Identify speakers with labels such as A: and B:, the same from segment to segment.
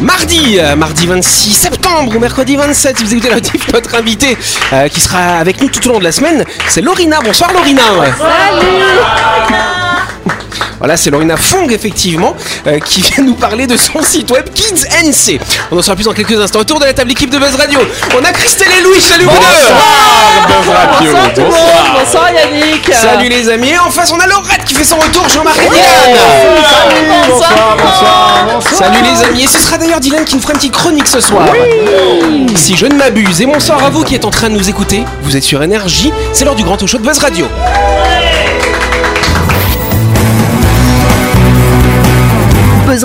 A: Mardi, euh, mardi 26 septembre ou mercredi 27, si vous écoutez la diff, notre invité euh, qui sera avec nous tout au long de la semaine, c'est Lorina. Bonsoir Lorina. Voilà, c'est Lorina Fong, effectivement, euh, qui vient nous parler de son site web Kids NC. On en saura plus dans quelques instants. Autour de la table, équipe de Buzz Radio, on a Christelle et Louis. Salut, vous deux
B: Bonsoir tout le monde, bonsoir Yannick.
A: Salut les amis. Et en face, on a Laurette qui fait son retour, Jean-Marie Dylan.
B: Salut, bonsoir.
A: Salut les amis, et ce sera d'ailleurs Dylan qui nous fera une petite chronique ce soir. si je ne m'abuse, et bonsoir à vous qui êtes en train de nous écouter, vous êtes sur énergie, c'est l'heure du grand talk show de Buzz Radio.
C: Buzz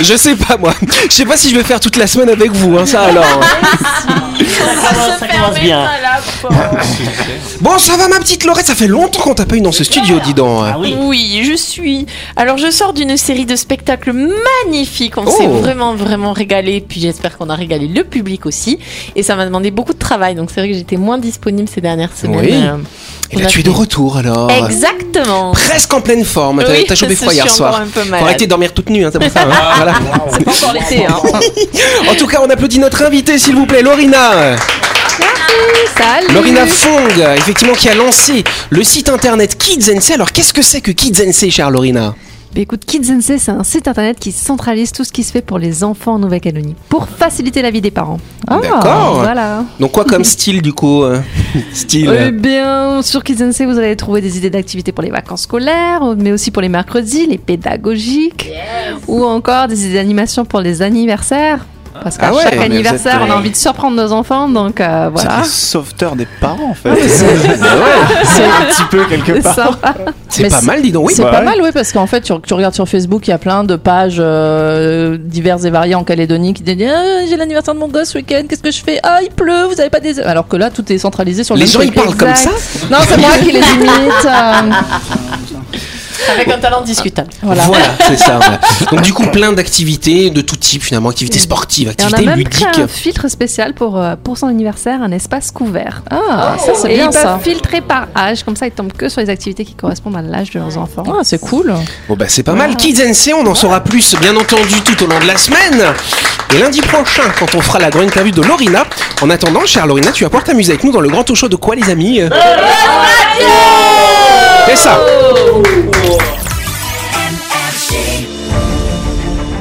A: Je sais pas moi, je sais pas si je vais faire toute la semaine avec vous, hein, ça alors.
B: Ça commence bien.
A: Bon, ça va ma petite Laurette, ça fait longtemps qu'on t'a pas eu dans ce studio, dis donc. hein.
B: oui.
D: Oui, je suis. Alors, je sors d'une série de spectacles magnifiques. On
A: Oh.
D: s'est vraiment, vraiment régalé. Puis j'espère qu'on a régalé le public aussi. Et ça m'a demandé beaucoup de travail. Donc, c'est vrai que j'étais moins disponible ces dernières semaines.
A: Oui. Oh.
D: Euh,
A: Et
D: on
A: là,
D: a
A: tu es
D: fait-
A: de retour alors.
D: Exactement.
A: Presque en pleine forme, t'as
D: Oui,
A: t'as chopé
D: je
A: froid hier
D: suis
A: soir.
D: encore un peu
A: Faut arrêter
D: malade.
A: de dormir toute nue, hein, c'est pour ça. hein. Voilà.
B: C'est pas encore l'été, hein.
A: En tout cas, on applaudit notre invitée, s'il vous plaît, Lorina.
D: Salut.
A: Lorina Fong, effectivement, qui a lancé le site internet Kids NC. Alors, qu'est-ce que c'est que Kids NC, chère Lorina
E: Bah écoute, Kids NC, c'est un site internet qui centralise tout ce qui se fait pour les enfants en Nouvelle-Calédonie, pour faciliter la vie des parents. Ah,
A: D'accord.
E: Voilà.
A: Donc, quoi comme style, du coup euh, Style. euh,
E: Eh bien, sur Kids NC, vous allez trouver des idées d'activités pour les vacances scolaires, mais aussi pour les mercredis, les pédagogiques, ou encore des idées d'animation pour les anniversaires. Parce qu'à
A: Ah ouais,
E: chaque
A: mais vous
E: anniversaire,
A: êtes,
E: on a envie de surprendre nos enfants, donc euh, voilà.
F: C'est le sauveteur des parents en fait.
E: C'est
F: un petit peu quelque part.
E: sympa.
A: C'est
B: Mais
A: pas
B: c'est-
A: mal, dis donc. Oui,
B: c'est
F: bah
B: pas
F: ouais.
B: mal, oui, parce qu'en fait, tu, tu regardes sur Facebook, il y a plein de pages euh, diverses et variées en Calédonie qui disent Ah, J'ai l'anniversaire de mon gosse ce week-end, qu'est-ce que je fais Ah, il pleut, vous avez pas des. Alors que là, tout est centralisé sur le
A: les
B: même
A: gens, ils
B: truc.
A: parlent comme ça.
B: Non, c'est moi qui les imite. euh,
D: Avec un talent discutable.
B: voilà.
A: c'est ça. voilà. Donc, du coup, plein d'activités de tout type, finalement. Activités sportives,
E: Et on a
A: activités
E: même
A: ludiques.
E: créé un filtre spécial pour, euh, pour son anniversaire, un espace couvert.
B: Ah, ça, c'est
E: Et
B: bien
E: ils
B: ça.
E: peuvent filtrer par âge, comme ça ils tombent que sur les activités qui correspondent à l'âge de leurs enfants.
B: Ah, c'est cool.
A: Bon, bah, c'est pas mal. Kids NC, on en saura plus, bien entendu, tout au long de la semaine. Et lundi prochain, quand on fera la grande interview de Lorina. En attendant, chère Lorina, tu vas pouvoir t'amuser avec nous dans le grand talk show de quoi, les amis C'est ça.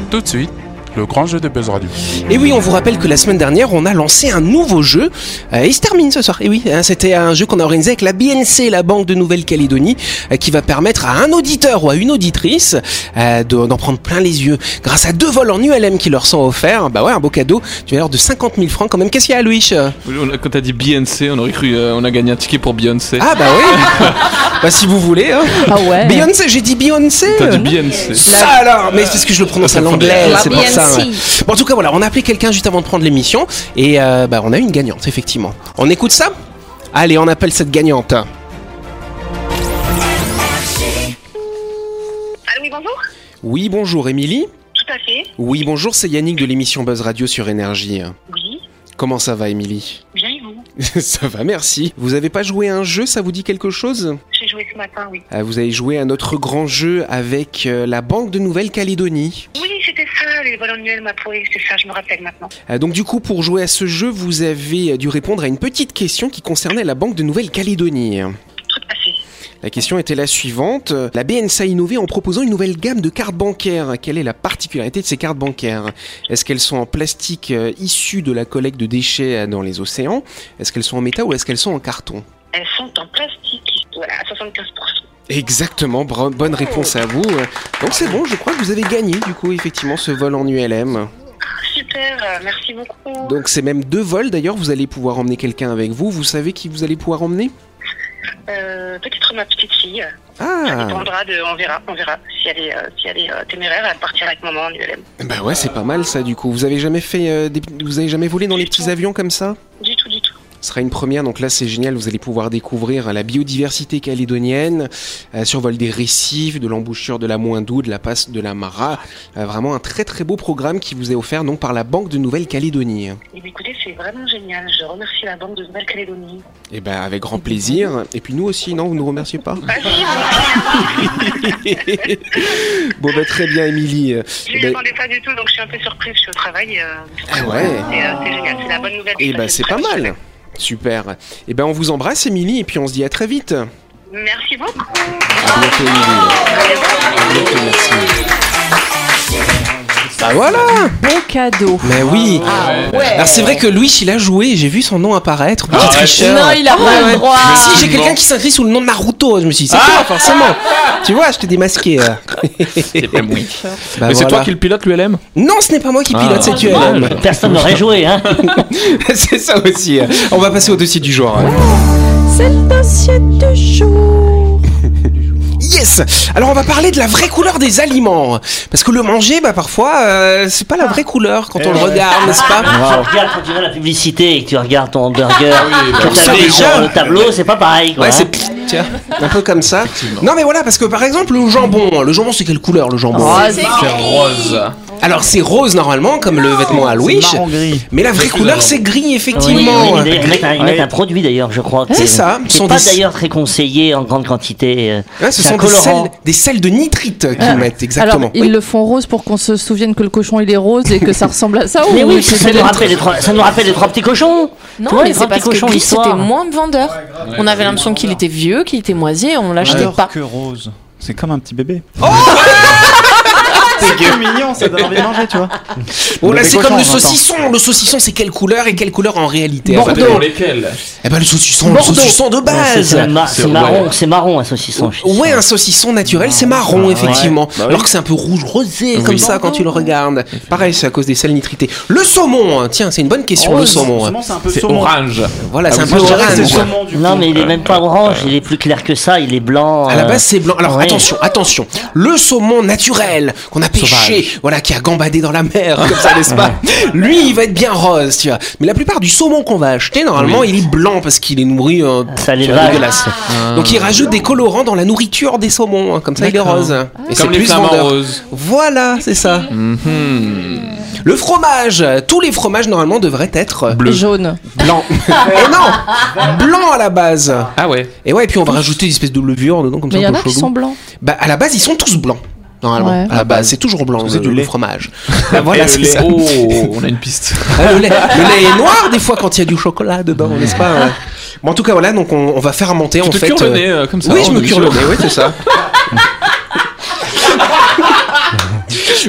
G: Tout de suite, le grand jeu de Buzz Radio.
A: Et oui, on vous rappelle que la semaine dernière, on a lancé un nouveau jeu. Euh, il se termine ce soir. Et oui, hein, c'était un jeu qu'on a organisé avec la BNC, la Banque de Nouvelle-Calédonie, euh, qui va permettre à un auditeur ou à une auditrice euh, de- d'en prendre plein les yeux grâce à deux vols en ULM qui leur sont offerts. Bah ouais, un beau cadeau. Tu as l'heure de 50 000 francs quand même. Qu'est-ce qu'il y a, Louis
H: On a- Quand t'as dit Beyoncé, on aurait cru euh, on a gagné un ticket pour Beyoncé.
A: Ah bah oui. bah si vous voulez. Hein.
B: Ah ouais.
A: Beyoncé, j'ai dit Beyoncé.
H: Eh. T'as dit Beyoncé.
A: Bah, Ça alors Mais c'est parce que je le prononce à l'anglais,
H: La
A: c'est pour ça. ouais. Bon, en tout cas, voilà, on a appelé quelqu'un juste avant de prendre l'émission et euh, bah, on a une gagnante, effectivement. On écoute ça Allez, on appelle cette gagnante.
I: Allô, oui, bonjour
A: Oui, bonjour, Émilie.
I: Tout à fait.
A: Oui, bonjour, c'est Yannick de l'émission Buzz Radio sur Énergie.
I: Oui,
A: Comment ça va, Émilie
I: bien et vous
A: Ça va, merci. Vous avez pas joué à un jeu, ça vous dit quelque chose
I: J'ai joué ce matin, oui.
A: Euh, Vous avez joué à notre grand jeu avec euh, la Banque de Nouvelle-Calédonie.
I: Oui, c'était ça, les vols annuels m'a prouvé, c'est ça, je me rappelle maintenant.
A: Euh, Donc du coup, pour jouer à ce jeu, vous avez dû répondre à une petite question qui concernait la Banque de Nouvelle-Calédonie.
I: Tout à fait.
A: La question était la suivante. La BNC a innové en proposant une nouvelle gamme de cartes bancaires. Quelle est la particularité de ces cartes bancaires Est-ce qu'elles sont en plastique euh, issu de la collecte de déchets euh, dans les océans Est-ce qu'elles sont en métal ou est-ce qu'elles sont en carton
I: Elles sont en plastique, voilà, à 75%.
A: Exactement, bro- bonne réponse à vous. Euh, Donc c'est bon, je crois que vous avez gagné du coup effectivement ce vol en ULM.
I: Super, euh, merci beaucoup.
A: Donc c'est même deux vols d'ailleurs, vous allez pouvoir emmener quelqu'un avec vous. Vous savez qui vous allez pouvoir emmener
I: Euh, Peut-être ma petite fille, ça
A: Ah
I: dépendra de, on verra, on verra. Si elle est, euh, si elle est euh, téméraire, elle partira avec maman en ULM.
A: Bah ouais, c'est pas mal ça du coup. Vous avez jamais fait euh, des- vous avez jamais volé dans les petits avions comme ça
I: Du tout, du tout.
A: Ce sera une première, donc là c'est génial, vous allez pouvoir découvrir la biodiversité calédonienne, euh, survol des récifs, de l'embouchure de la Moindou, de la passe de la Mara. Euh, vraiment un très très beau programme qui vous est offert donc par la Banque de Nouvelle-Calédonie.
I: Eh bien, écoutez, c'est vraiment génial. Je remercie la Banque de Nouvelle-Calédonie.
A: Et ben avec grand plaisir. Et puis nous aussi, non, vous nous remerciez pas
I: Ah si,
A: Bon bah très bien Émilie. Euh,
I: je ne
A: ben,
I: l'attendais pas du tout, donc je suis un peu surprise. Je suis au travail. euh,
A: ah ouais.
I: c'est euh, c'est génial, c'est la bonne nouvelle.
A: Et ben c'est pas mal. Super. Et ben on vous embrasse Émilie et puis on se dit à très vite.
I: Merci beaucoup.
A: À bientôt Émilie. À bientôt, merci. Bah voilà.
E: Bon cadeau. Ah
A: Mais oui Ah
D: ouais.
A: Alors c'est vrai que Louis il a joué, j'ai vu son nom apparaître, petit
H: Arrête.
A: tricheur.
D: Non, il a pas le droit.
A: Mais si, j'ai quelqu'un qui s'inscrit sous le nom de Naruto, je me suis dit, c'est toi forcément. Tu vois, je t'ai démasqué. euh. Bah
H: Mais c'est
A: voilà.
H: toi qui le pilote l'ULM
A: Non, ce n'est pas moi qui pilote
H: Ah.
A: cette ULM.
J: Personne n'aurait joué, hein
A: c'est ça aussi. On va passer au dossier du jour.
E: C'est le dossier du jour.
A: Yes Alors on va parler de la vraie couleur des aliments. Parce que le manger, bah parfois, euh, c'est pas la vraie couleur quand on le regarde, n'est-ce pas
J: Quand tu regardes, quand tu vois la publicité et que tu regardes
A: Ah
J: ton hamburger, quand
A: Ça,
J: t'as vu
A: bah, déjà.
J: sur le tableau, c'est pas pareil, quoi.
A: Ouais,
J: hein.
A: c'est tiens, un peu comme ça. Non mais voilà, parce que par exemple le jambon, hein, le jambon c'est quelle couleur le jambon
B: Rose.
H: C'est rose.
A: Alors c'est rose normalement, comme le vêtement à Louis.
F: marron gris.
A: Mais la vraie couleur c'est gris
J: Oui, oui,
A: effectivement.
J: mais d'ailleurs, ils mettent un- ils mettent un produit d'ailleurs, je crois.
A: C'est
J: qui-
A: ça,
J: Qui
A: sont
J: n'est pas
A: des-
J: d'ailleurs très conseillé en grande quantité. euh,
A: Ouais, Hein, ce
J: c'est un
A: sont des
J: colorant.
A: sels, des sels de nitrite qu'ils mettent exactement.
B: Ah. Alors, ils le font rose pour qu'on se souvienne que le cochon il est rose et que ça ressemble à ça.
E: Oh,
J: Mais
B: ou
J: oui,
B: c'est
J: ça, ça
B: des-
J: nous rappelle les trois, ça nous rappelle les trois petits
D: Non,
J: cochons. Tu vois,
D: mais
J: les
D: c'est
J: trois petits
D: parce que
J: cochons,
D: Gris
J: l'histoire.
D: était moins de vendeur. On avait l'impression qu'il était vieux, qu'il était moisi, et on l'achetait
F: Alors
D: pas.
F: que Rose, c'est comme un petit bébé. Oh, c'est trop mignon, ça donne envie de manger, tu vois. Oh,
A: Bon Oh, là
F: Mais
A: c'est
F: cochon,
A: comme le
F: on entend.
A: saucisson. Le saucisson c'est quelle couleur et quelle couleur en réalité
H: Ça dépend
A: Bordeaux.
H: lesquels.
A: Eh ben le saucisson, le
B: Bordeaux.
A: saucisson de
J: Ouais, Bah, c'est-
A: base.
J: C'est ma- c'est
H: ouais.
J: marron, c'est marron un saucisson. je suis
A: Ouais,
J: sûr.
A: un saucisson naturel, c'est marron, effectivement.
F: Bah oui.
A: Alors que c'est un peu rouge rosé, comme ça, quand tu le regardes. Pareil, c'est à cause des sels nitrités. Le saumon, hein. tiens, c'est une bonne question, le saumon. hein.
F: c'est un peu
H: C'est
F: saumon.
H: orange.
A: Voilà, c'est un
F: Ah, Moi,
A: peu
F: je dirais que c'est
A: orange.
F: saumon du
J: Non,
F: coup.
J: mais il est même pas orange, il est plus clair que ça, il est blanc.
A: euh, À la
J: euh,
A: base, c'est blanc. Alors
J: ouais.
A: attention, attention. Le saumon naturel qu'on a pêché, voilà, qui a gambadé dans la mer, comme ça, n'est-ce pas Lui, il va être bien rose, tu vois. Mais la plupart du saumon qu'on va acheter, normalement, il est blanc parce qu'il est nourri. euh, pff,
J: Ça les
A: c'est
J: vagues.
A: dégueulasse.
F: Ah.
A: Donc, il rajoute des colorants dans la nourriture des saumons, hein. comme ça, il est
H: D'accord.
A: rose.
F: Ah.
A: Et c'est
H: Comme les
A: plus
H: flamants
A: vendeur. Mm-hmm.
H: roses.
A: Voilà, c'est ça.
H: Mhm.
A: Le fromage Tous les fromages normalement devraient être
H: Bleu.
B: Jaune.
A: blancs.
J: Ah,
A: Et non Blanc à la base
H: Ah ouais.
A: Et ouais, et puis on va rajouter une espèce de levure dedans comme
B: Mais il y
A: ça un
B: en
A: peu
B: a qui
A: chelou.
B: sont blancs.
A: Bah à la base, ils sont tous blancs. Normalement, à
B: Ouais.
H: Ah, bah,
A: la base, c'est toujours blanc
F: Parce
A: le,
F: que c'est du
A: le
F: lait.
A: fromage. Bah, voilà,
H: Et
A: c'est
H: le lait.
A: ça.
H: Oh, on a une piste.
A: Ah, le, lait, le lait est noir des fois quand il y a du chocolat dedans, n'est-ce pas ouais. Bon, en tout cas, voilà, donc on, on va fermenter
H: Tu
A: en
H: te
A: fait.
H: cures le
A: euh,
H: nez euh, comme ça.
A: oui, je
H: en
A: me
H: deux
A: cure le
H: jours.
A: nez, oui, c'est ça.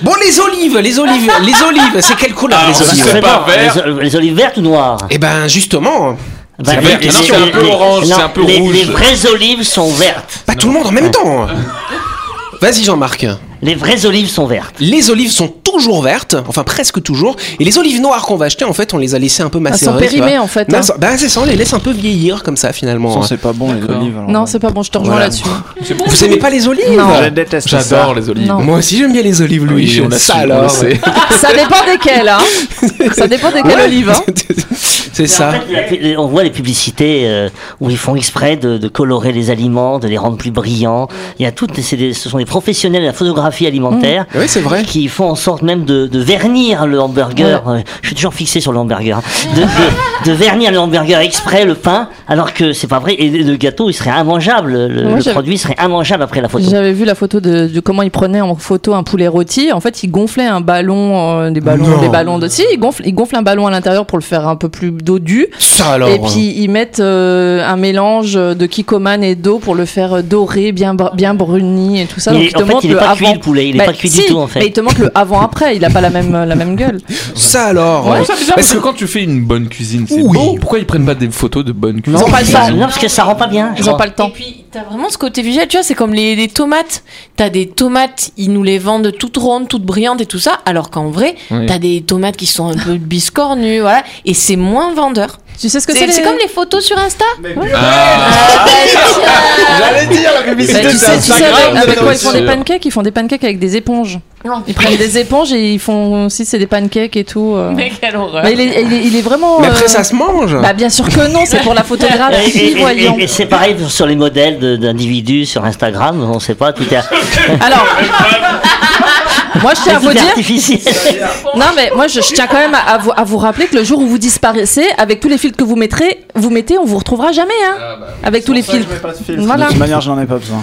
A: bon, les olives, les olives, les olives, c'est quelle couleur
H: Alors,
A: les
H: ça,
A: olives
H: c'est pas
J: Forcément,
H: vert.
J: Les, o- les olives vertes ou noires
A: Eh ben justement,
J: Bah,
H: vert,
J: les-
H: non, c'est un peu
J: les-
H: orange,
J: non,
H: c'est un peu
J: les-
H: rouge.
J: Les vraies olives sont vertes.
A: pas Bah, tout le monde en même temps. hein. Vas-y Jean-Marc.
J: Les vraies olives sont vertes.
A: Les olives sont toujours vertes, enfin presque toujours, et les olives noires qu'on va acheter, en fait, on les a laissées un peu
B: Elles
A: macérer.
B: sont
A: tu vois.
B: périmées en fait.
A: Non,
B: hein.
A: elles sont- bah c'est ça, on les laisse un peu vieillir comme ça finalement.
F: Sans, c'est pas bon les olives. alors.
B: Non, c'est pas bon, je te rejoins
A: Voilà.
B: là-dessus.
A: Vous aimez pas les olives
B: Non.
F: Je déteste
H: J'adore
F: ça.
H: les olives.
B: Non.
A: Moi aussi j'aime bien les olives, Louis.
H: Oui, on
A: ça
H: a su, on
A: alors.
H: le sait.
B: Ça dépend desquelles, hein. Ça dépend desquelles
A: Ouais.
B: olive, hein.
A: c'est
J: En
A: ça.
J: fait, la pu- on voit les publicités euh, où ils font exprès de, de colorer les aliments, de les rendre plus brillants. Il y a toutes, c'est des- ce sont des professionnels de la photographie alimentaire
B: Mmh.
A: Oui, c'est vrai.
J: qui font en sorte même de, de vernir le hamburger. Euh, Je suis toujours fixé sur le hamburger. hein. De, de- de vernir le hamburger exprès, le pain, alors que c'est pas vrai. Et le gâteau, il serait immangeable. Le,
B: Moi,
J: le
B: j'avais-
J: produit serait immangeable après la photo.
B: J'avais vu la photo de, de comment ils prenaient en photo un poulet rôti. En fait, ils gonflaient un ballon, euh, des ballons,
A: Non.
B: des ballons de. Si, ils gonflent, ils gonflent un ballon à l'intérieur pour le faire un peu plus dodu.
A: Ça alors.
B: et puis ils mettent euh, un mélange de kikoman et d'eau pour le faire euh, doré, bien, br- bien bruni et tout ça.
J: Il
B: Donc
J: est-
B: ils te
J: en fait,
B: montrent
J: il est
B: le
J: pas
B: avant.
J: cuit le poulet, il est
B: Bah,
J: pas cuit
B: si,
J: du tout en fait.
B: Mais il te montre le avant après. Il a pas la même euh, la même gueule.
A: ça alors.
H: Ouais, ça, bizarre,
A: Bah,
H: parce que
A: c'est-
H: quand tu fais une bonne cuisine, c'est
A: Oui.
H: beau. Pourquoi ils prennent pas des photos de bonne cuisine
B: ont pas le temps.
J: Non, parce que ça rend pas bien. je
B: Ils ont
J: crois.
B: pas le
D: Et
B: temps.
D: puis, t'as vraiment ce côté visuel, tu vois, c'est comme les, les tomates. T'as des tomates, ils nous les vendent toutes rondes, toutes brillantes et tout ça, alors qu'en vrai,
H: Oui.
D: t'as des tomates qui sont un peu biscornues, voilà, et c'est moins vendeur.
B: Tu sais ce que c'est
D: C'est
B: les- Ah,
D: comme les photos sur Insta
H: Ah.
A: Ah.
B: J'allais
K: dire, la publicité,
B: Bah, tu
K: c'est
B: sais, tu sais
K: Instagram,
B: avec, avec
K: c'est
B: quoi ils font des
K: sûr.
B: pancakes Ils font des pancakes avec des éponges. Ils prennent des éponges et ils font aussi c'est des pancakes et tout. euh.
D: Mais quelle horreur.
B: Mais il, est, il est- il est vraiment.
J: Mais après,
B: euh,
J: ça se mange.
B: Bah bien sûr que non, c'est pour la
J: Et, et-
B: photographie,
J: et-
B: ah, bah, voyons.
J: et c'est pareil sur les modèles de- d'individus sur Instagram, on sait pas, tout est.
B: Alors, moi je tiens à
J: C'est tout
B: vous
J: est
B: dire.
J: artificiel.
B: Non mais moi je, je tiens quand même à, à vous, à vous rappeler que le jour où vous disparaissez, avec tous les filtres que vous mettrez, vous mettez, on vous retrouvera jamais, hein. avec tous les filtres.
F: De
B: Voilà.
F: toute manière, je n'en ai pas besoin.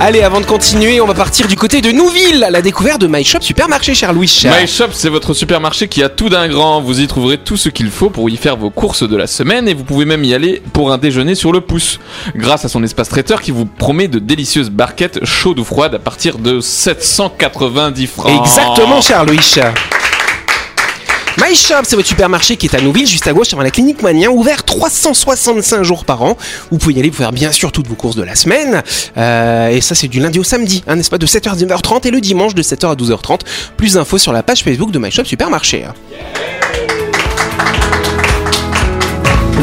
A: Allez, avant de continuer, on va partir du côté de Nouville, à la découverte de My Shop Supermarché, cher Louis Chat.
H: My Shop, c'est votre supermarché qui a tout d'un grand. Vous y trouverez tout ce qu'il faut pour y faire vos courses de la semaine et vous pouvez même y aller pour un déjeuner sur le pouce. Grâce à son espace traiteur qui vous promet de délicieuses barquettes chaudes ou froides à partir de 790 francs. Oh.
A: Exactement, cher Louis Chat. My Shop, c'est votre supermarché qui est à Nouville, juste à gauche, sur la clinique Manien, ouvert 365 jours par an. Vous pouvez y aller pour faire bien sûr toutes vos courses de la semaine. Euh, et ça, c'est du lundi au samedi, hein, n'est-ce pas De 7h à 9h30 et le dimanche de 7h à 12h30. Plus d'infos sur la page Facebook de My Shop Supermarché.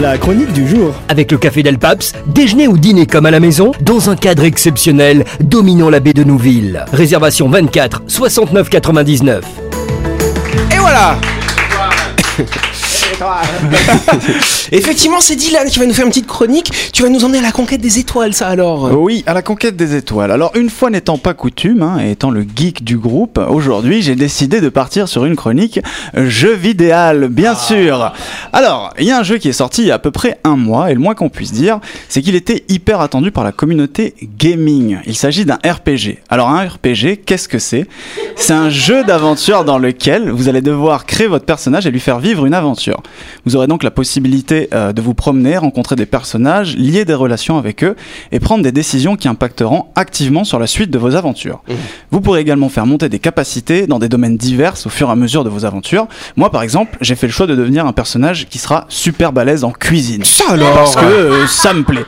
L: La chronique du jour. Avec le café Del Paps, déjeuner ou dîner comme à la maison, dans un cadre exceptionnel, dominant la baie de Nouville. Réservation 24 69 99.
A: Et voilà Effectivement, c'est Dylan qui va nous faire une petite chronique. Tu vas nous emmener à la conquête des étoiles, ça alors
F: Oui, à la conquête des étoiles. Alors, une fois n'étant pas coutume, hein, et étant le geek du groupe, aujourd'hui, j'ai décidé de partir sur une chronique euh, jeu vidéal, bien sûr. Alors, il y a un jeu qui est sorti il y a à peu près un mois, et le moins qu'on puisse dire, c'est qu'il était hyper attendu par la communauté gaming. Il s'agit d'un RPG. Alors, un RPG, qu'est-ce que c'est C'est un jeu d'aventure dans lequel vous allez devoir créer votre personnage et lui faire vivre une aventure. Vous aurez donc la possibilité euh, de vous promener, rencontrer des personnages, lier des relations avec eux et prendre des décisions qui impacteront activement sur la suite de vos aventures. Vous pourrez également faire monter des capacités dans des domaines divers au fur et à mesure de vos aventures. Moi, par exemple, j'ai fait le choix de devenir un personnage qui sera super balèze en cuisine.
A: Ça alors
F: Parce que euh, ça me plaît.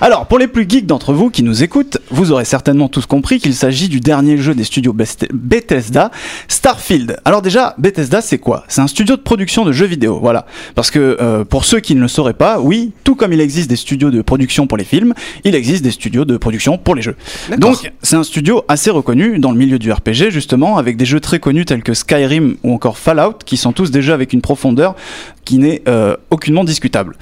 F: Alors, pour les plus geeks d'entre vous qui nous écoutent, vous aurez certainement tous compris qu'il s'agit du dernier jeu des studios Best- Bethesda, Starfield. Alors déjà, Bethesda, c'est quoi C'est un studio de production de jeux vidéo, voilà. Parce que euh, pour ceux qui ne le sauraient pas, oui, tout comme il existe des studios de production pour les films, il existe des studios de production pour les jeux.
A: D'accord.
F: Donc, c'est un studio assez reconnu dans le milieu du RPG, justement, avec des jeux très connus tels que Skyrim ou encore Fallout, qui sont tous des jeux avec une profondeur qui n'est euh, aucunement discutable.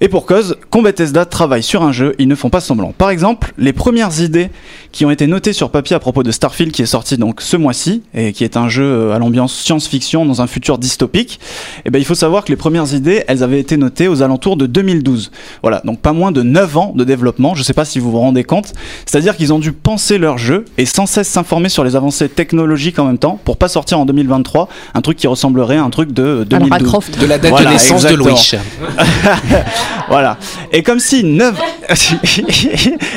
F: Et pour cause, quand Bethesda travaille sur un jeu, ils ne font pas semblant. Par exemple, les premières idées qui ont été notées sur papier à propos de Starfield, qui est sorti donc ce mois-ci, et qui est un jeu euh, à l'ambiance science-fiction dans un futur dystopique, eh ben, il faut savoir que les premières idées, elles avaient été notées aux alentours de 2012. Voilà, donc pas moins de 9 ans de développement, je sais pas si vous vous rendez compte. C'est-à-dire qu'ils ont dû penser leur jeu et sans cesse s'informer sur les avancées technologiques en même temps pour pas sortir en 2023 un truc qui ressemblerait à un truc de euh, 2012.
B: Lara Croft.
A: De la date
F: Voilà,
A: de naissance de
F: exactement.
A: Louis.
F: voilà. Et comme si 9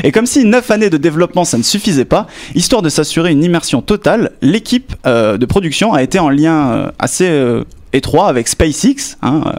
F: et comme si neuf années de développement ça ne suffisait pas, histoire de s'assurer une immersion totale, l'équipe euh, de production a été en lien euh, assez euh, étroit avec SpaceX, hein, euh,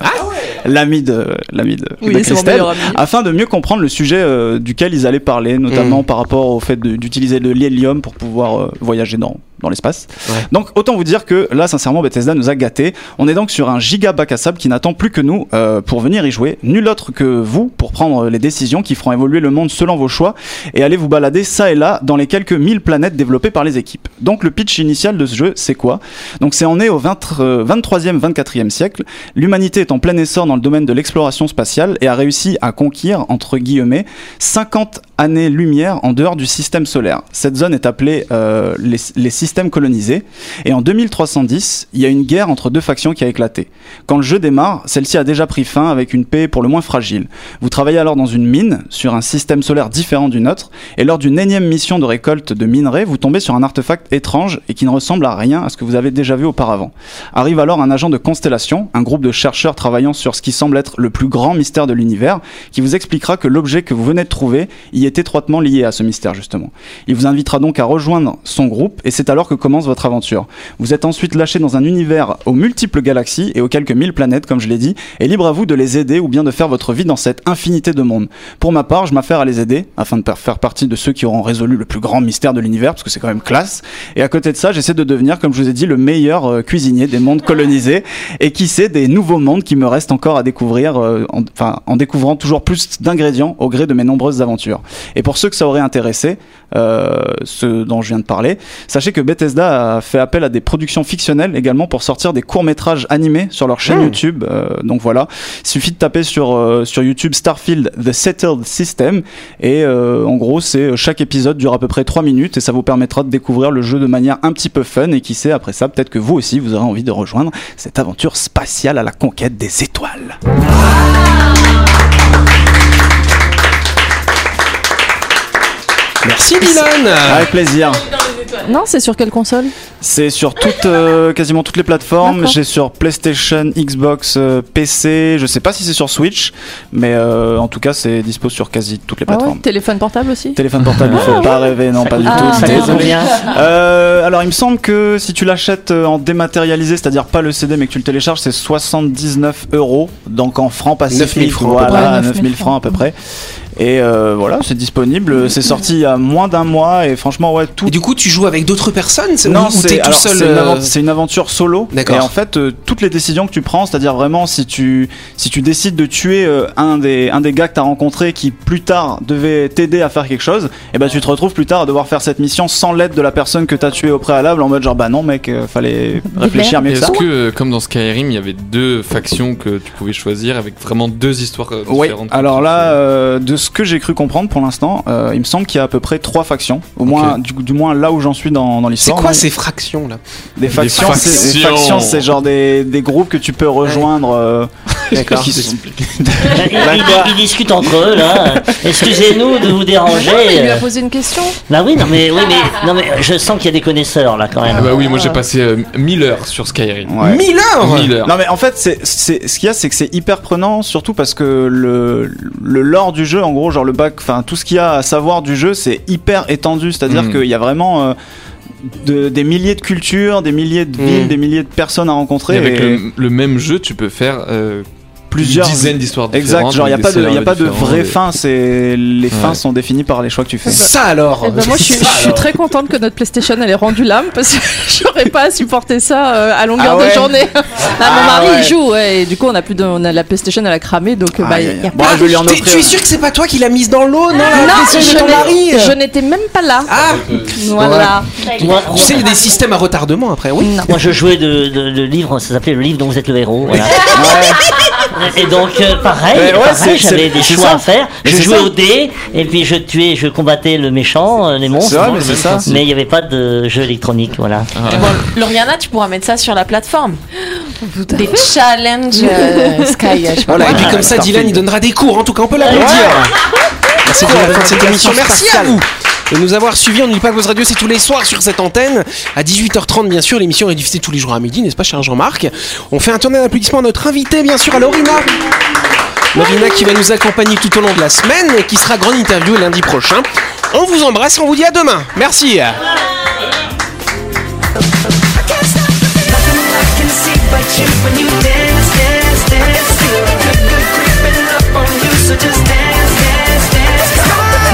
F: l'ami de l'ami de,
B: Oui,
F: de
B: c'est mon
F: Christelle,
B: meilleur ami.
F: afin de mieux comprendre le sujet euh, duquel ils allaient parler, notamment par rapport au fait de- d'utiliser de l'hélium pour pouvoir euh, voyager dans dans l'espace. Donc autant vous dire que là, sincèrement, Bethesda nous a gâtés. On est donc sur un giga bac à sable qui n'attend plus que nous euh, pour venir y jouer. Nul autre que vous pour prendre euh, les décisions qui feront évoluer le monde selon vos choix et aller vous balader ça et là dans les quelques 1000 planètes développées par les équipes. Donc le pitch initial de ce jeu, c'est quoi Donc c'est on est au 20, euh, 23e, 24e siècle. L'humanité est en plein essor dans le domaine de l'exploration spatiale et a réussi à conquérir, entre guillemets, 50 années-lumière en dehors du système solaire. Cette zone est appelée euh, les, les systèmes colonisés. Et en 2310, il y a une guerre entre deux factions qui a éclaté. Quand le jeu démarre, celle-ci a déjà pris fin avec une paix pour le moins fragile. Vous travaillez alors dans une mine, sur un système solaire différent du nôtre, et lors d'une énième mission de récolte de minerais, vous tombez sur un artefact étrange et qui ne ressemble à rien à ce que vous avez déjà vu auparavant. Arrive alors un agent de Constellation, un groupe de chercheurs travaillant sur ce qui semble être le plus grand mystère de l'univers, qui vous expliquera que l'objet que vous venez de trouver y est est étroitement lié à ce mystère justement. Il vous invitera donc à rejoindre son groupe et c'est alors que commence votre aventure. Vous êtes ensuite lâché dans un univers aux multiples galaxies et aux quelques mille planètes comme je l'ai dit et libre à vous de les aider ou bien de faire votre vie dans cette infinité de mondes. Pour ma part, je m'affaire à les aider afin de par- faire partie de ceux qui auront résolu le plus grand mystère de l'univers parce que c'est quand même classe et à côté de ça, j'essaie de devenir comme je vous ai dit le meilleur euh, cuisinier des mondes colonisés et qui sait des nouveaux mondes qui me restent encore à découvrir euh, en, enfin, en découvrant toujours plus d'ingrédients au gré de mes nombreuses aventures. Et pour ceux que ça aurait intéressé, euh, ce dont je viens de parler, sachez que Bethesda a fait appel à des productions fictionnelles également pour sortir des courts-métrages animés sur leur chaîne YouTube. Euh, donc voilà, il suffit de taper sur, euh, sur YouTube Starfield The Settled System et euh, en gros, c'est chaque épisode dure à peu près 3 minutes et ça vous permettra de découvrir le jeu de manière un petit peu fun et qui sait après ça, peut-être que vous aussi vous aurez envie de rejoindre cette aventure spatiale à la conquête des étoiles.
A: Merci Dylan
F: Avec plaisir.
B: Non, c'est sur quelle console
F: C'est sur toutes, euh, quasiment toutes les plateformes.
B: D'accord.
F: J'ai sur PlayStation, Xbox, euh, PC. Je sais pas si c'est sur Switch, mais euh, en tout cas, c'est dispo sur quasi toutes les
B: Ah ouais,
F: plateformes.
B: Téléphone portable aussi
F: Téléphone portable, il faut pas rêver, non, pas du
J: Ah,
B: coûte-
F: tout.
B: ça coûte
F: désolé.
B: combien
F: Euh, alors, il me semble que si tu l'achètes euh, en dématérialisé, c'est-à-dire pas le CD, mais que tu le télécharges, c'est 79 euros, donc en francs pacifiques,
A: 9000 francs, à peu
F: voilà,
A: près.
F: 9000 francs à peu près. Et euh, voilà, c'est disponible. C'est sorti il y a moins d'un mois, et franchement, ouais, tout.
A: Du coup, tu joues avec d'autres personnes c'est-
F: Non,
A: ou- ou
F: c'est-
A: t'es tout
F: alors,
A: seul
F: C'est une,
A: euh,
F: avan- c'est une aventure solo.
A: D'accord.
F: Et en fait, euh, toutes les décisions que tu prends, c'est-à-dire vraiment si tu si tu décides de tuer euh, un des un des gars que t'as rencontré qui plus tard devait t'aider à faire quelque chose, et ben tu te retrouves plus tard à devoir faire cette mission sans l'aide de la personne que t'as tué au préalable en mode genre bah non mec, euh, fallait réfléchir mieux que
H: Est-ce
F: ça.
H: que, euh, comme dans Skyrim, il y avait deux factions que tu pouvais choisir avec vraiment deux histoires euh,
F: Oui,
H: différentes
F: alors là, euh, de ce que j'ai cru comprendre pour l'instant, euh, il me semble qu'il y a à peu près trois factions, au moins, du, du moins là où j'en suis dans, dans
A: C'est
F: l'histoire.
A: quoi
F: Donc,
A: ces fractions là
F: Des factions,
A: Des
F: c'est- des
A: factions.
F: factions, c'est genre des, des groupes que tu peux rejoindre. euh,
A: D'accord.
F: qui sont-
J: Ils, ils- ils discutent entre eux là. Excusez-nous de vous
B: Ah
E: Non, mais il lui
J: déranger.
E: a posé une question.
J: Bah oui, non mais oui mais non mais je sens qu'il y a des connaisseurs là quand même.
A: Ah,
H: Bah oui, moi j'ai passé euh, 1000 heures sur Skyrim.
F: Ouais.
A: 1000 heures
H: 1000 heures.
F: Non mais en fait, c'est c'est- ce qu'il y a, c'est que c'est hyper prenant, surtout parce que le, le lore du jeu, en gros, genre le bac, enfin tout ce qu'il y a à savoir du jeu, c'est hyper étendu. C'est-à-dire
H: Mm.
F: qu'il y a vraiment euh, de- des milliers de cultures, des milliers de villes,
H: Mm.
F: des milliers de personnes à
H: Et
F: rencontrer.
H: avec
F: et-
H: le, le même jeu, tu peux faire euh,
F: plusieurs
H: une dizaine d'histoires différentes.
F: Exact, genre il n'y a
H: des
F: pas de, y a
H: scénarios
F: pas de
H: différents,
F: vraie
H: des-
F: fin, c'est les fins
H: Ouais.
F: sont définies par les choix que tu fais.
A: Ça alors
B: Eh ben, moi, je suis, je suis très contente que notre PlayStation elle ait rendu l'âme parce que j'aurais pas supporté ça euh, à longueur
F: Ah ouais
B: de journée. Ah, mon mari
F: ouais.
B: il joue ouais, et du coup on a plus de, on a la PlayStation elle a cramé donc euh, bah,
F: Aïe, aïe,
B: y a
F: aïe. Bon, je vais lui en
A: T'es-
F: offrir.
A: Tu es sûr que c'est pas toi qui l'as mise dans l'eau Non, la
B: Non,
A: pression
B: je
A: de Ah, ton
B: n'ai-
A: mari
B: je n'étais même pas là.
A: Ah
B: Voilà.
J: Moi-
A: Tu sais, il y a des systèmes à retardement après, oui.
J: Moi, je jouais de, de, de livre, ça s'appelait le livre dont vous êtes le héros. voilà. Et donc, euh, pareil,
F: Ouais, ouais,
J: pareil,
F: c'est-
J: j'avais
F: c'est-
J: des
F: c'est
J: choix
F: ça.
J: à faire.
F: Mais
J: je
F: c'est
J: jouais
F: ça.
J: au dé, et puis je tuais, je combattais le méchant, euh, les monstres.
F: vrai, mais c'est ça.
J: Mais il n'y avait pas de jeu électronique, voilà.
D: Lauriana, tu pourras mettre ça sur la plateforme. Des challenges euh, Sky. je sais pas
A: Voilà, et
D: quoi.
A: puis comme ça, Dylan, il donnera des cours. En tout cas, on peut l'applaudir. C'est déjà la fin de cette émission. Merci à vous de nous avoir suivis. On n'oublie pas que Buzz Radio, c'est tous les soirs sur cette antenne. À 18h30, bien sûr, l'émission est diffusée tous les jours à midi, n'est-ce pas, cher Jean-Marc On fait un tournant d'applaudissements à notre invité, bien sûr, à Lorina. Lorina qui va nous accompagner tout au long de la semaine et qui sera grande interview lundi prochain. On vous embrasse, on vous dit à demain. Merci.